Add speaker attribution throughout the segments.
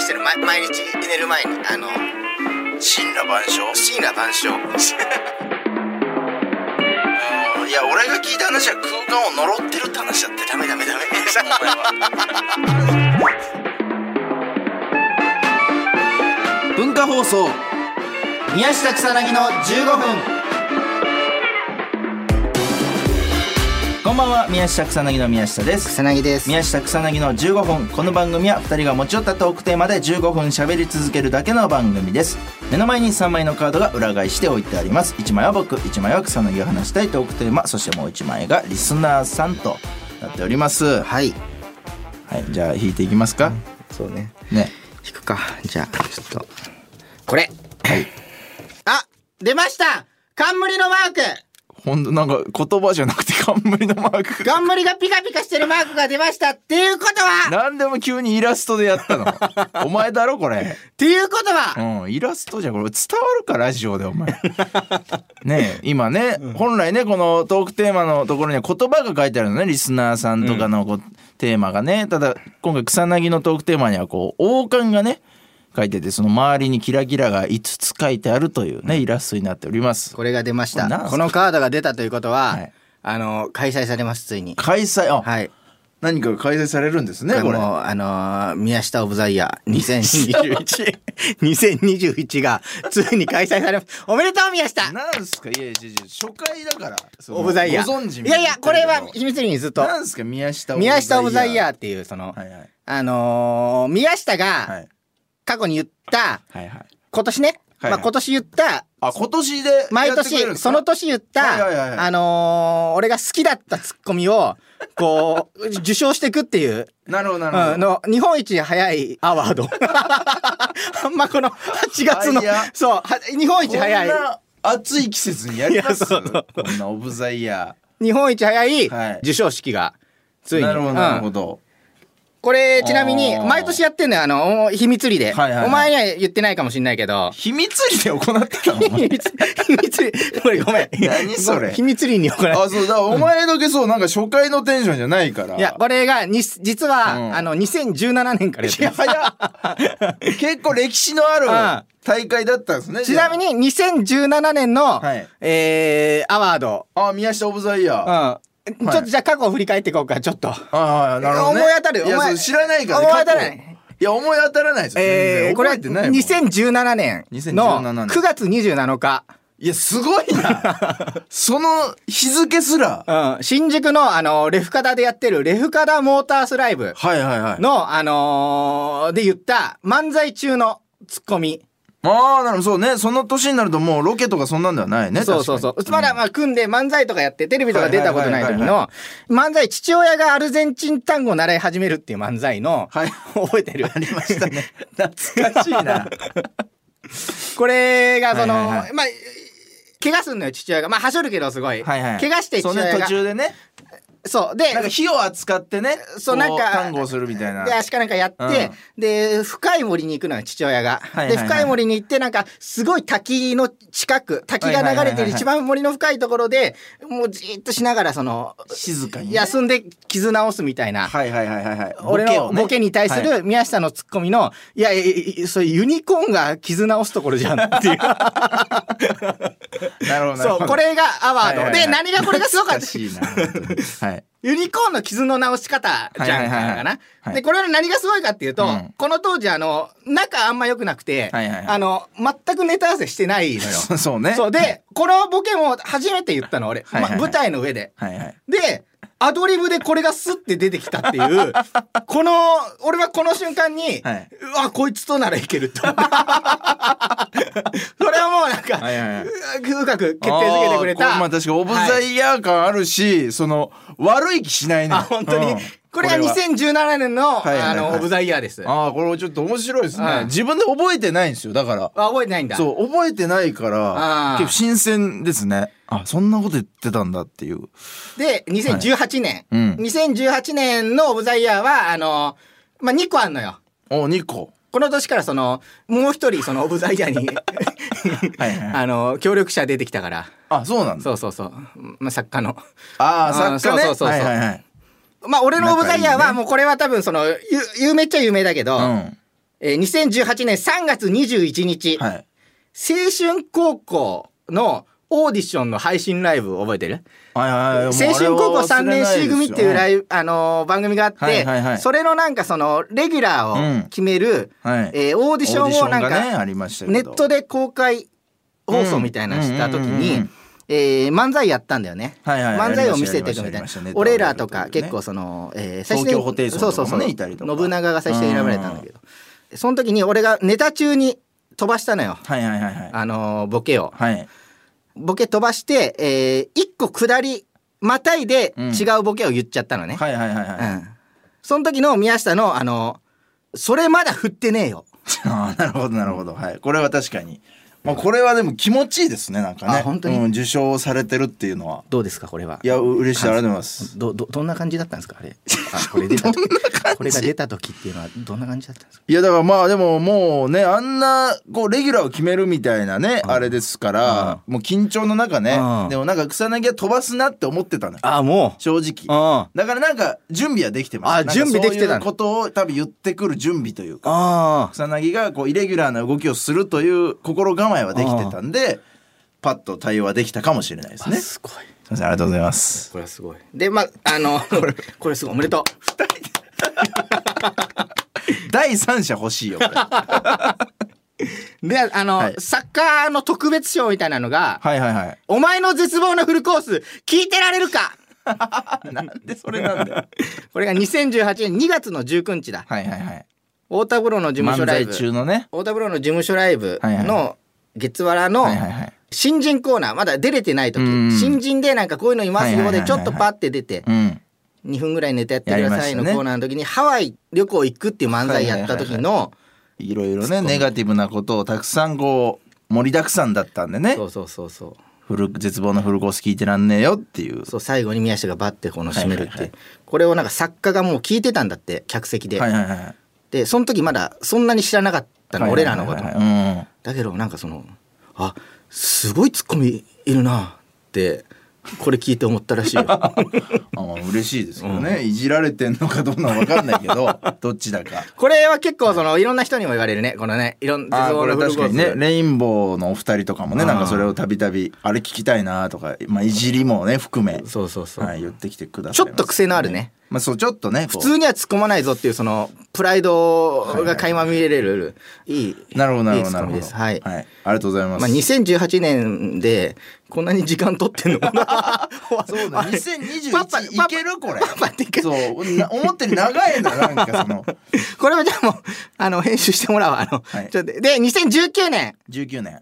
Speaker 1: してる毎毎日寝る前にあの
Speaker 2: 神羅万象
Speaker 1: シ羅万象
Speaker 2: うん いや俺が聞いた話は空間を呪ってるって話だって
Speaker 1: ダメダメ ダメ
Speaker 3: 文化放送
Speaker 1: 宮下草薙の15分
Speaker 3: こんばんは宮下草薙の宮下です
Speaker 1: 草薙です
Speaker 3: 宮下草薙の15分この番組は2人が持ち寄ったトークテーマで15分喋り続けるだけの番組です目の前に3枚のカードが裏返して置いてあります1枚は僕1枚は草薙が話したいトークテーマそしてもう1枚がリスナーさんとなっておりますは
Speaker 1: はい
Speaker 3: いじゃあ引いていきますか
Speaker 1: そうね
Speaker 3: ね
Speaker 1: 引くかじゃあちょっとこれあ出ました冠のマーク
Speaker 3: ほんとなんか言葉じゃなくて冠のマークが
Speaker 1: 冠がピカピカしてるマークが出ましたっていうこと はっ
Speaker 3: 何でも急にイラストでやったのお前だろこれ
Speaker 1: ていうことは
Speaker 3: うん、イラストじゃこれ伝わるかラジオでお前ねえ今ね、本来ねこのトークテーマのところには言葉が書いてあるのねリスナーさんとかのこう、テーマがねただ今回草薙のトークテーマにはこう王冠がね書いててその周りにキラキラが5つ書いてあるというねイラストになっております
Speaker 1: これが出まし
Speaker 3: これ
Speaker 1: た
Speaker 3: なんすか
Speaker 1: このカードが出たということは、
Speaker 3: はい
Speaker 1: あの開催されますついに
Speaker 3: 開催あ、
Speaker 1: はい
Speaker 3: 何かが開催されるんですね
Speaker 1: これ
Speaker 3: これ
Speaker 1: もうあのー宮下オブザイヤー2021 2021がついに開催されますおめでとう宮下
Speaker 3: なんすかいやいやいや初回だからその
Speaker 1: オブザイヤー
Speaker 3: ご存知み
Speaker 1: い
Speaker 3: た
Speaker 1: や
Speaker 3: に言
Speaker 1: いや
Speaker 3: ってる
Speaker 1: これは
Speaker 3: け
Speaker 1: 秘密裏にずっ
Speaker 3: ど
Speaker 1: と
Speaker 3: なんすか宮下
Speaker 1: 宮下オブザイヤ
Speaker 3: ー
Speaker 1: ーっていうその、
Speaker 3: はいはい
Speaker 1: あのー宮下
Speaker 3: は
Speaker 1: が
Speaker 3: い
Speaker 1: 過去に言った
Speaker 3: はいはい
Speaker 1: 今年ね、
Speaker 3: はい
Speaker 1: まあ、今年言った
Speaker 3: あ今年で
Speaker 1: 毎
Speaker 3: やってくれるん
Speaker 1: 年
Speaker 3: ですか
Speaker 1: その年言った、
Speaker 3: はいはいはいはい
Speaker 1: あのー俺が好きだったツッコミをこう 受賞していくっていう
Speaker 3: なるほどなるほど、
Speaker 1: うん、の日本一早いアワード あんまこの8月の
Speaker 3: 早っ
Speaker 1: そうは日本一早い
Speaker 3: こんな暑い季節にやります
Speaker 1: いやそうそう
Speaker 3: こんなオブザイヤ
Speaker 1: 日本一早い
Speaker 3: はい
Speaker 1: 授賞式がつ
Speaker 3: ー
Speaker 1: いに、
Speaker 3: なるほどなるほ
Speaker 1: うん
Speaker 3: ど、
Speaker 1: これちなみに
Speaker 3: あー
Speaker 1: 毎年やってんのよあのお秘密裏で、
Speaker 3: はいはいはい
Speaker 1: お前には言ってないかもしんない けど
Speaker 3: 秘密裏で行ってたのお前
Speaker 1: 秘密秘密裏これごめん
Speaker 3: 何それ
Speaker 1: ごめん秘密裏に怒られ
Speaker 3: あそうだからお前だけそうなんか初回のテンションじゃないから
Speaker 1: いやこれがに実は、
Speaker 3: うん
Speaker 1: あの2017年からやっ
Speaker 3: い
Speaker 1: て
Speaker 3: や
Speaker 1: ます
Speaker 3: 早っ 結構歴史のある
Speaker 1: うん
Speaker 3: 大会だったんですね
Speaker 1: ちなみ
Speaker 3: に
Speaker 1: に2017年の、
Speaker 3: はい
Speaker 1: えーアワード、
Speaker 3: あ宮下オブザイヤー、
Speaker 1: うんちょっとじゃあ過去を振り返っていこうかちょっと。
Speaker 3: ああなるほど、ね、
Speaker 1: 思い当たるよ
Speaker 3: いや
Speaker 1: お前
Speaker 3: そう知らないから、
Speaker 1: 思い当たらない
Speaker 3: 過去いや思い当たらないですよ
Speaker 1: えー、これは
Speaker 3: 全然覚えてないもん
Speaker 1: 2017年の
Speaker 3: 2017年
Speaker 1: 9月27日、
Speaker 3: いや、すごい な。その日付すら。
Speaker 1: うん、新宿の、あのレフカダでやってるレフカダモータースライブ
Speaker 3: はいはいはい。
Speaker 1: の、あのーで言った漫才中のツッコミ。
Speaker 3: ああ、なるほど、そうね。その年になるともうロケとかそんなんではないね。
Speaker 1: そうそうそう。
Speaker 3: 確か
Speaker 1: まだまあ組んで漫才とかやってテレビとか出たことない
Speaker 3: は
Speaker 1: 時
Speaker 3: いはい
Speaker 1: の漫才父親がアルゼンチン単語を習い始めるっていう漫才の、
Speaker 3: はい
Speaker 1: 覚えて
Speaker 3: に。
Speaker 1: る
Speaker 3: ありました ね。懐かしいな。
Speaker 1: これがその、
Speaker 3: はいはいは
Speaker 1: まあ怪我すんのよ父親がまあはしょるけどすごい、
Speaker 3: はいはい。
Speaker 1: 怪我して父
Speaker 3: そう
Speaker 1: 親
Speaker 3: ね、
Speaker 1: が
Speaker 3: 途中でね。
Speaker 1: そうで
Speaker 3: なんか火を扱ってね。
Speaker 1: そう
Speaker 3: こ
Speaker 1: なんか
Speaker 3: 単語をするみたいな。
Speaker 1: で足かなんかやって、で深い森に行くのよ父親が。
Speaker 3: いはいはい
Speaker 1: で深い森に行ってなんかすごい滝の近く滝が流れ
Speaker 3: はいはいは
Speaker 1: て
Speaker 3: いはい
Speaker 1: る一番森の深いところでもうじーっとしながらその
Speaker 3: 静かにね。
Speaker 1: 休んで傷直すみたいな。
Speaker 3: はいはいはいはいはい。
Speaker 1: 俺の
Speaker 3: をね
Speaker 1: ボケに対す
Speaker 3: はい
Speaker 1: る宮下のツッコミの、い、やいやいやそれユニコーンが傷直すところじゃんって い
Speaker 3: なる
Speaker 1: う
Speaker 3: ほどなる
Speaker 1: そ
Speaker 3: ほ
Speaker 1: う
Speaker 3: ど。
Speaker 1: これがアワード、
Speaker 3: はいはいはい
Speaker 1: で何がこれがすごかっ
Speaker 3: 懐
Speaker 1: た
Speaker 3: かしいな。本当にはい。
Speaker 1: ユニコーンの傷の直し方じゃんかな、
Speaker 3: はいはいはいはい
Speaker 1: でこれの何がすごいかっていうと、
Speaker 3: うん
Speaker 1: この当時あの仲あんま良くなくて、
Speaker 3: はいはいはい
Speaker 1: あの全くネタ合わせしてないのよ。
Speaker 3: そうそうね。
Speaker 1: そうでこのボケも初めて言ったの俺、
Speaker 3: はいはいはい
Speaker 1: ま舞台の上で。
Speaker 3: はいはい。
Speaker 1: でアドリブでこれがスッて出てきたっていう この俺はこの瞬間に、
Speaker 3: はいう
Speaker 1: わこいつとならいけると思 った。それはもうなんか、
Speaker 3: はいはいはいう
Speaker 1: かく決定づけてくれ
Speaker 3: あーこ
Speaker 1: た。
Speaker 3: まあ確かオブザイヤー感あるし、その悪い気しないね。
Speaker 1: あ本当に、
Speaker 3: うん
Speaker 1: これが
Speaker 3: は
Speaker 1: 2017年の、
Speaker 3: はいはいはい
Speaker 1: あのオブザイヤーですあ
Speaker 3: ああこれちょっと面白いですね、
Speaker 1: はい
Speaker 3: 自分で覚えてないんですよだから
Speaker 1: 覚えてないんだ
Speaker 3: そう覚えてないから
Speaker 1: あー
Speaker 3: 結構新鮮ですねあそんなこと言ってたんだっていう
Speaker 1: で2018年、
Speaker 3: うん
Speaker 1: 2018年のオブザイヤーはあの、まあ、2個あんのよ
Speaker 3: お2個
Speaker 1: この年からそのもう一人そのオブザイヤ ーに
Speaker 3: はいはいはい
Speaker 1: あの協力者出てきたから
Speaker 3: あそうなんだ
Speaker 1: そうそうそう、まあ、作家の
Speaker 3: ああ
Speaker 1: あー
Speaker 3: 作家ね
Speaker 1: そうそうそうそう
Speaker 3: はいはいはい
Speaker 1: まあ俺のオブザイヤ
Speaker 3: 仲いい
Speaker 1: ーは
Speaker 3: ね
Speaker 1: もうこれは多分そのゆ有名っちゃ有名だけど、
Speaker 3: うん
Speaker 1: えー2018年3月21日、
Speaker 3: はい。
Speaker 1: 青春高校のオーディションの配信ライブ覚えてる
Speaker 3: はいはいはい。
Speaker 1: 青春高校3年 C 組っていうラ
Speaker 3: イ
Speaker 1: イブ、あのー番組があって、
Speaker 3: はいはいはい
Speaker 1: それのなんかそのレギュラーを決める、
Speaker 3: ブ。はい。
Speaker 1: えーオーディションをなん
Speaker 3: オーディションがね、
Speaker 1: か
Speaker 3: ありましたけど
Speaker 1: ネットで公開放送みたいなのした
Speaker 3: う
Speaker 1: 時
Speaker 3: んうんうんうんう
Speaker 1: に
Speaker 3: ん
Speaker 1: えー漫才やったんだよね、
Speaker 3: はいはい
Speaker 1: 漫才を見せていくみ
Speaker 3: や
Speaker 1: た
Speaker 3: り
Speaker 1: いな
Speaker 3: ましたやりましたネタを
Speaker 1: 俺らと
Speaker 3: や
Speaker 1: か
Speaker 3: るってことね
Speaker 1: 結構その、えー
Speaker 3: 東京ホテイソンと
Speaker 1: そ
Speaker 3: か
Speaker 1: う
Speaker 3: も
Speaker 1: そうそう
Speaker 3: ねいたりとか
Speaker 1: 信長が最初に選ばれたんだけどその時に俺がネタ中に飛ばしたのよ、
Speaker 3: はいはいはいはい。
Speaker 1: あのーボケを
Speaker 3: はい。
Speaker 1: ボケ飛ばして、え1個下りまたいで
Speaker 3: うん
Speaker 1: 違うボケを言っちゃったのね、
Speaker 3: はいはいはいはい。
Speaker 1: うん、その時の宮下のあのそれまだ振ってねえよ、
Speaker 3: あーなるほどなるほど。はい。これは確かに。まあこれはでも気持ちいいですねなんかね。
Speaker 1: あ本当に
Speaker 3: うん受賞されてるっていうのは。
Speaker 1: どうですかこれはい
Speaker 3: やう嬉しいありがとうございます。
Speaker 1: どどどんな感じだったんですかあれ あこれ出た時これが出た時っていうのはどんな感じだったんですか
Speaker 3: いやだからまあでももうねあんなこうレギュラーを決めるみたいなねあれですからもう緊張の中ね
Speaker 1: うん
Speaker 3: でもなんか草薙は飛ばすなって思ってたのよ
Speaker 1: あも
Speaker 3: 正直
Speaker 1: あ
Speaker 3: だからなんか準備はできてます
Speaker 1: あ
Speaker 3: なんか
Speaker 1: 準備できてた
Speaker 3: そういうことを多分言ってくる準備というか
Speaker 1: あ
Speaker 3: 草薙がこうイレギュラーな動きをするという心構えはできてたんでパッと対応はできたかもしれないですねす
Speaker 1: すごい
Speaker 3: いませんありがとうございます
Speaker 1: これはすごいでまああ のこれこれすごいおめでとう
Speaker 3: 第三者欲しいよこれ は
Speaker 1: であの、
Speaker 3: はい
Speaker 1: サッカーの特別賞みたいなのが、
Speaker 3: いはいはい
Speaker 1: お前の絶望のフルコース聞いてられるか
Speaker 3: なんでそれなんだよ
Speaker 1: これが2018年2月の19日だ
Speaker 3: はいはいはい
Speaker 1: 太田プロの事務所
Speaker 3: 漫
Speaker 1: ラ
Speaker 3: 才
Speaker 1: イブ
Speaker 3: 中のね
Speaker 1: 太田プロの事務所ライブ
Speaker 3: はいは
Speaker 1: の月わらの
Speaker 3: はいはいはい
Speaker 1: 新人コーナーまだ出れてない時
Speaker 3: うん
Speaker 1: 新人でなんかこういうのいます
Speaker 3: は
Speaker 1: よ
Speaker 3: いはいはい
Speaker 1: で
Speaker 3: はい
Speaker 1: ちょっとパッて出て
Speaker 3: うん
Speaker 1: 2分ぐらいネタやってくださいの
Speaker 3: やりましたね
Speaker 1: コーナーの時にハワイ旅行行くっていう漫才やった時の
Speaker 3: いろいろねネガティブなことをたくさんこう盛りだくさんだったんでね
Speaker 1: そうそうそうそう
Speaker 3: フル絶望のフルコース聞いてらんねえよっていう
Speaker 1: そう最後に宮下がバッてこの締めるっ
Speaker 3: はいはい
Speaker 1: てこれをなんか作家がもう聞いてたんだって客席で
Speaker 3: はいはいはい
Speaker 1: でその時まだそんなに知らなかったの俺らのこと
Speaker 3: はいはいはいうん
Speaker 1: だけどなんかそのあすごいツッコミいるなってこれ聞いて思ったら しいよ。
Speaker 3: あまあ嬉しいですけどね、いじられてんのかどうなのか分かんないけ どどっちだか。
Speaker 1: これは結構そのいろんな人にも言われるねこのねいろんな
Speaker 3: あー
Speaker 1: 絶
Speaker 3: こ
Speaker 1: 望
Speaker 3: れ
Speaker 1: のフル
Speaker 3: 確
Speaker 1: コ
Speaker 3: か
Speaker 1: ー
Speaker 3: にね
Speaker 1: ス、
Speaker 3: レインボーのお二人とかもねなん
Speaker 1: あ
Speaker 3: か
Speaker 1: ー
Speaker 3: それをたびたびあれ聞きたいなとか、まあ、いじりもね含め、
Speaker 1: そうそうそう、
Speaker 3: はい、言ってきてくださいます
Speaker 1: ちょっと癖のあるね
Speaker 3: まあそうちょっとねこ
Speaker 1: 普
Speaker 3: う
Speaker 1: 通には突っ込まないぞっていうそのプライドが垣間見れる、いい
Speaker 3: なるほどなるほど
Speaker 1: いいツ
Speaker 3: な
Speaker 1: ッ
Speaker 3: るほ
Speaker 1: コミ
Speaker 3: ど
Speaker 1: ですはい、
Speaker 3: ありがとうございます、
Speaker 1: まあ、2018年でこんなに時間取ってんのかな
Speaker 3: そうだ
Speaker 1: パパ
Speaker 3: 2021いけるこれ
Speaker 1: パパってか
Speaker 3: そうな思ったより長いななんかその
Speaker 1: これはじゃあもうあの編集してもらうわあの、
Speaker 3: はい
Speaker 1: ちょっとで2019年
Speaker 3: 19年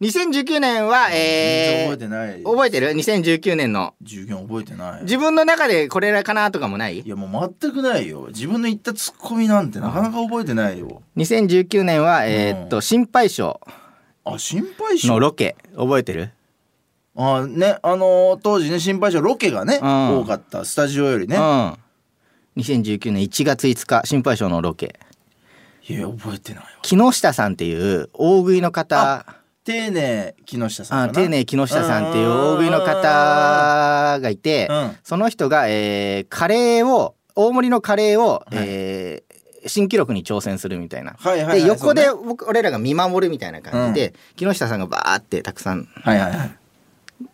Speaker 1: 2019年はえ
Speaker 3: 全然覚え
Speaker 1: ー
Speaker 3: てない
Speaker 1: 覚えてる2019年の
Speaker 3: 19覚えてない
Speaker 1: 自分の中でこれらかなとかもない
Speaker 3: いやもう全くないよ自分の言ったツッコミなんてなかなか覚えてないよ
Speaker 1: 2019年は、えーっと、心配性
Speaker 3: あ心配性
Speaker 1: のロケ、覚えてる
Speaker 3: あねあのー当時ね心配性ロケがね、
Speaker 1: うん
Speaker 3: 多かったスタジオよりね、
Speaker 1: うん。2019年1月5日、心配性のロケ。
Speaker 3: いや覚えてないわ
Speaker 1: 木下さんっていう大食いの方、
Speaker 3: 丁寧木下さん
Speaker 1: あ
Speaker 3: かな
Speaker 1: 丁寧木下さんっていう大食いの方がいて
Speaker 3: う、ん
Speaker 1: その人が、えーカレーを、大盛りのカレーを、
Speaker 3: い
Speaker 1: えー新記録に挑戦するみたいな。
Speaker 3: はいはい、はい、
Speaker 1: で横
Speaker 3: そ
Speaker 1: で
Speaker 3: うね
Speaker 1: 僕俺らが見守るみたいな感じで、木下さんがバーってたくさん
Speaker 3: はいはいはい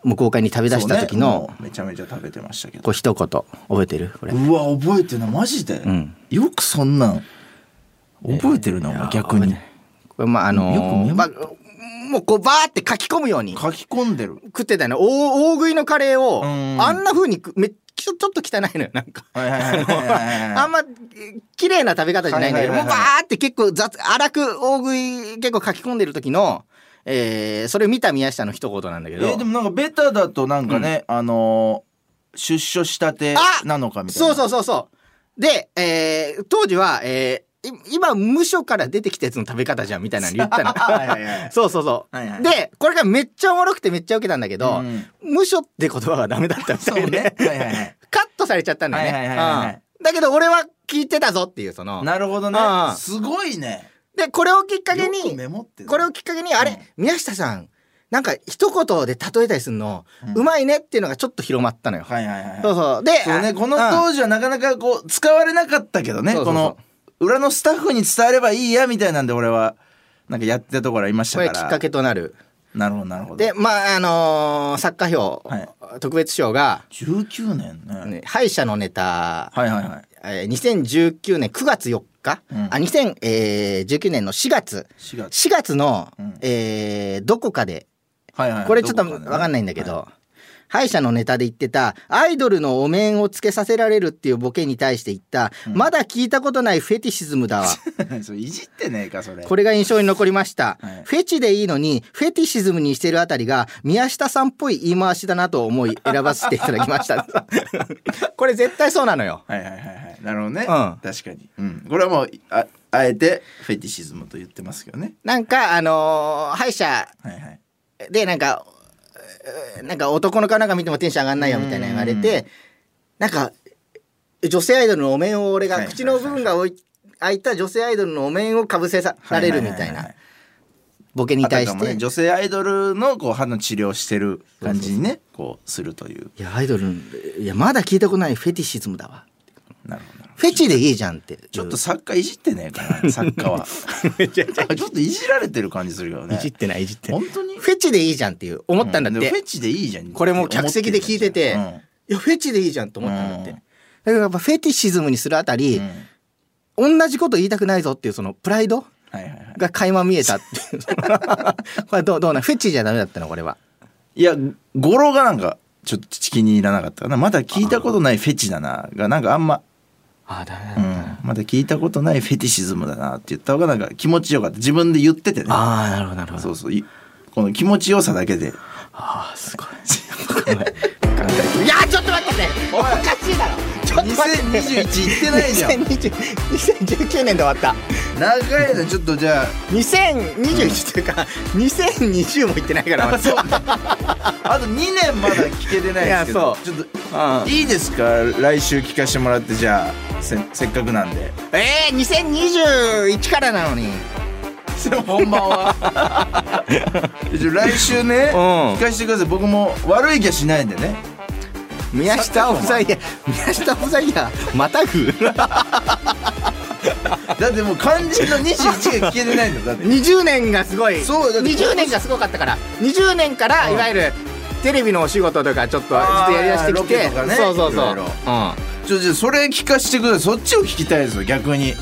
Speaker 1: 向こう側に旅立した時
Speaker 3: そうね
Speaker 1: の
Speaker 3: もうめちゃめちゃ食べてましたけど
Speaker 1: こう一言覚えてるこれ
Speaker 3: うわ覚えてないマジで、
Speaker 1: うん
Speaker 3: よくそんなん覚えてるな、お前逆に
Speaker 1: これまああの
Speaker 3: よくメモ
Speaker 1: まあもうこうバーって書き込むように
Speaker 3: 書き込んでる
Speaker 1: 食ってたよね大大食いのカレーを
Speaker 3: うん
Speaker 1: あんな風にくめっちゃちょっと汚いのよなんか。
Speaker 3: はいはいはいはいはい
Speaker 1: あんまえ綺麗な食べ方じゃないんだけど、
Speaker 3: はいはい
Speaker 1: もうバ
Speaker 3: はいはい
Speaker 1: ーって結構雑荒く大食い結構書き込んでる時の、えーそれ見た宮下の一言なんだけ
Speaker 3: え
Speaker 1: ど、
Speaker 3: ーでもなんかベタだとなんかね、あのー出所したて
Speaker 1: あ
Speaker 3: なのかみたいな
Speaker 1: そうそううそうそうで、えー当時は、えーい今無所から出てきたやつの食べ方じゃんみたいなの言った の
Speaker 3: はいはいはい
Speaker 1: そうそうそう、
Speaker 3: はいはい
Speaker 1: でこれがめっちゃおもろくてめっちゃウケたんだけど、
Speaker 3: うん
Speaker 1: 無所って言葉がダメだったみた
Speaker 3: そう
Speaker 1: いで、
Speaker 3: ねはいはいはい
Speaker 1: カットされちゃったんだよ
Speaker 3: はい
Speaker 1: ね
Speaker 3: はいはいはいはい
Speaker 1: うんだけど俺は聞いてたぞっていうそ の
Speaker 3: なるほどね
Speaker 1: ああ
Speaker 3: すごいね
Speaker 1: でこれをきっかけ
Speaker 3: よく
Speaker 1: に
Speaker 3: メモってる
Speaker 1: これをきっかけにあれ、宮下さんなんか一言で例えたりするの、うまいねっていうのがちょっと広まったのよ、
Speaker 3: はいはいはい
Speaker 1: そうそうで
Speaker 3: そうねこの
Speaker 1: あ
Speaker 3: 当時はなかなかこう使われなかったけどね
Speaker 1: そうそうそう
Speaker 3: この裏のスタッフに伝わればいいやみたいなんで俺はなんかやってたところありました
Speaker 1: こ
Speaker 3: か
Speaker 1: れ
Speaker 3: ら
Speaker 1: きっかけとなる
Speaker 3: なるほどなるほど
Speaker 1: でまああのー作家表、
Speaker 3: は
Speaker 1: 特別賞が、
Speaker 3: 19年ね
Speaker 1: ね歯医者のネ
Speaker 3: は
Speaker 1: タ、
Speaker 3: いはいはい
Speaker 1: えー2019年9月4日、
Speaker 3: うん
Speaker 1: あ2019年の4月
Speaker 3: 4月
Speaker 1: 4月の、
Speaker 3: うん
Speaker 1: えーどこかで
Speaker 3: はいはい
Speaker 1: これちょっと分かんないんだけど歯医者のネタで言ってたアイドルのお面をつけさせられるっていうボケに対して言った、
Speaker 3: うん
Speaker 1: まだ聞いたことないフェティシズム だわ
Speaker 3: い、 それいじってねえかそれ
Speaker 1: これが印象に残りました、
Speaker 3: はい
Speaker 1: フェチでいいのにフェティシズムにしてるあたりが宮下さんっぽい言い回しだなと思い選ばせていただきました これ絶対そうなのよ
Speaker 3: はいはいはいはいなるほどね、
Speaker 1: うん
Speaker 3: 確かに、うん、これはもうああえてフェティシズムと言ってますけどね
Speaker 1: なんかあのー歯医者
Speaker 3: はいはい
Speaker 1: でなんかえーなんか男の顔なんか見てもテンション上がんないよみたいな言われてなんか女性アイドルのお面を俺
Speaker 3: は
Speaker 1: が
Speaker 3: いはいはい
Speaker 1: 口の部分がおい開いた女性アイドルのお面をかぶせさられるみたい
Speaker 3: ははは
Speaker 1: な
Speaker 3: は
Speaker 1: ボケに対
Speaker 3: あ
Speaker 1: した
Speaker 3: かもね
Speaker 1: て
Speaker 3: 女性アイドルのこう歯の治療してる感じにねこうするという
Speaker 1: いやアイドルいやまだ聞いたことないフェティシズムだわ
Speaker 3: なるほどなるほど
Speaker 1: フェチでいいじゃんって
Speaker 3: ちょっと作家いじってねえか な作家はちょっといじられてる感じするけどね
Speaker 1: てないいじっ
Speaker 3: 本当に
Speaker 1: フェチでいいじゃんっていう思ったんだっ
Speaker 3: うで
Speaker 1: て
Speaker 3: もフェチでいいじゃん
Speaker 1: これも客席で聞いてて
Speaker 3: 思って
Speaker 1: いやフェチでいいじゃんと思ったんだって
Speaker 3: うん
Speaker 1: だからやっぱフェティシズムにするあた
Speaker 3: る
Speaker 1: り
Speaker 3: じゃんうんうん
Speaker 1: 同じこと言いたくないぞっていうそのプライド
Speaker 3: はいはいはい
Speaker 1: が垣間見えたっていう これどうどうなんフェチじゃダメだったのこれはい
Speaker 3: や語呂がなんかちょっと気に入らなかったかなまだ聞いたことないフェチだながなんかあんま、
Speaker 1: あダメだ
Speaker 3: う
Speaker 1: った
Speaker 3: ん、まだ聞いたことないフェティシズムだなって言った方がなんか気持ちよかった自分で言っててね
Speaker 1: ああなるほどなるほど
Speaker 3: そうそういこの気持ちよさだけで
Speaker 1: ああすごいいやちょっと待ってくれおかしいだろちょっと待って
Speaker 3: 2021行ってないじゃん
Speaker 1: 2020 2019年で終わった
Speaker 3: 長いのちょっとじゃあ
Speaker 1: 2021というか2020も行ってないから
Speaker 3: あ
Speaker 1: 俺
Speaker 3: そうねあと2年まだ聞けてないですけ
Speaker 1: い
Speaker 3: ど
Speaker 1: やそう
Speaker 3: ちょっ
Speaker 1: うん
Speaker 3: といいですか来週聞かせてもらってじゃあせせっかくなん で
Speaker 1: ええー、2021からなのに
Speaker 3: 本番はちょ来週ね、
Speaker 1: うん
Speaker 3: 聞かせてください僕も悪い気はしないんでね
Speaker 1: 宮下オブザイヤー宮下オブザイヤーまたぐ
Speaker 3: だってもう肝心の21が聞けてないんだよだって
Speaker 1: 20年がすごい
Speaker 3: そうだって
Speaker 1: 20年がすごかったから20年から
Speaker 3: うん
Speaker 1: いわゆるテレビのお仕事とかちょっとちょっとやりだしてき
Speaker 3: あーロケ
Speaker 1: て
Speaker 3: とかね
Speaker 1: そうそうそ
Speaker 3: い
Speaker 1: う
Speaker 3: ろいろ
Speaker 1: う
Speaker 3: ちょじゃあそれ聞かせてくださいそっちを聞きたいですよ逆に、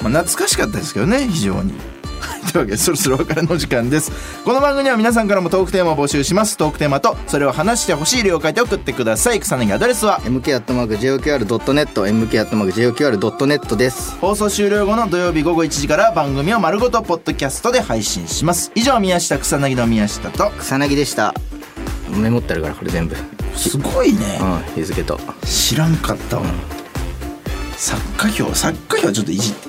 Speaker 3: まあ、懐かしかったですけどね非常に というわけでそろそろお別れの時間ですこの番組には皆さんからもトークテーマを募集しますトークテーマとそれを話してほしい量を書いて送ってください草薙アドレスは
Speaker 1: ん mk.joqr.net mk.joqr.net です
Speaker 3: 放送終了後の土曜日午後1時から番組を丸ごとポッドキャストで配信します以上宮下草薙の宮下と
Speaker 1: 草薙でしたメモってあるからこれ全部
Speaker 3: すごいね
Speaker 1: うん日付と
Speaker 3: 知らんかったわ作家表作家表ちょっといじって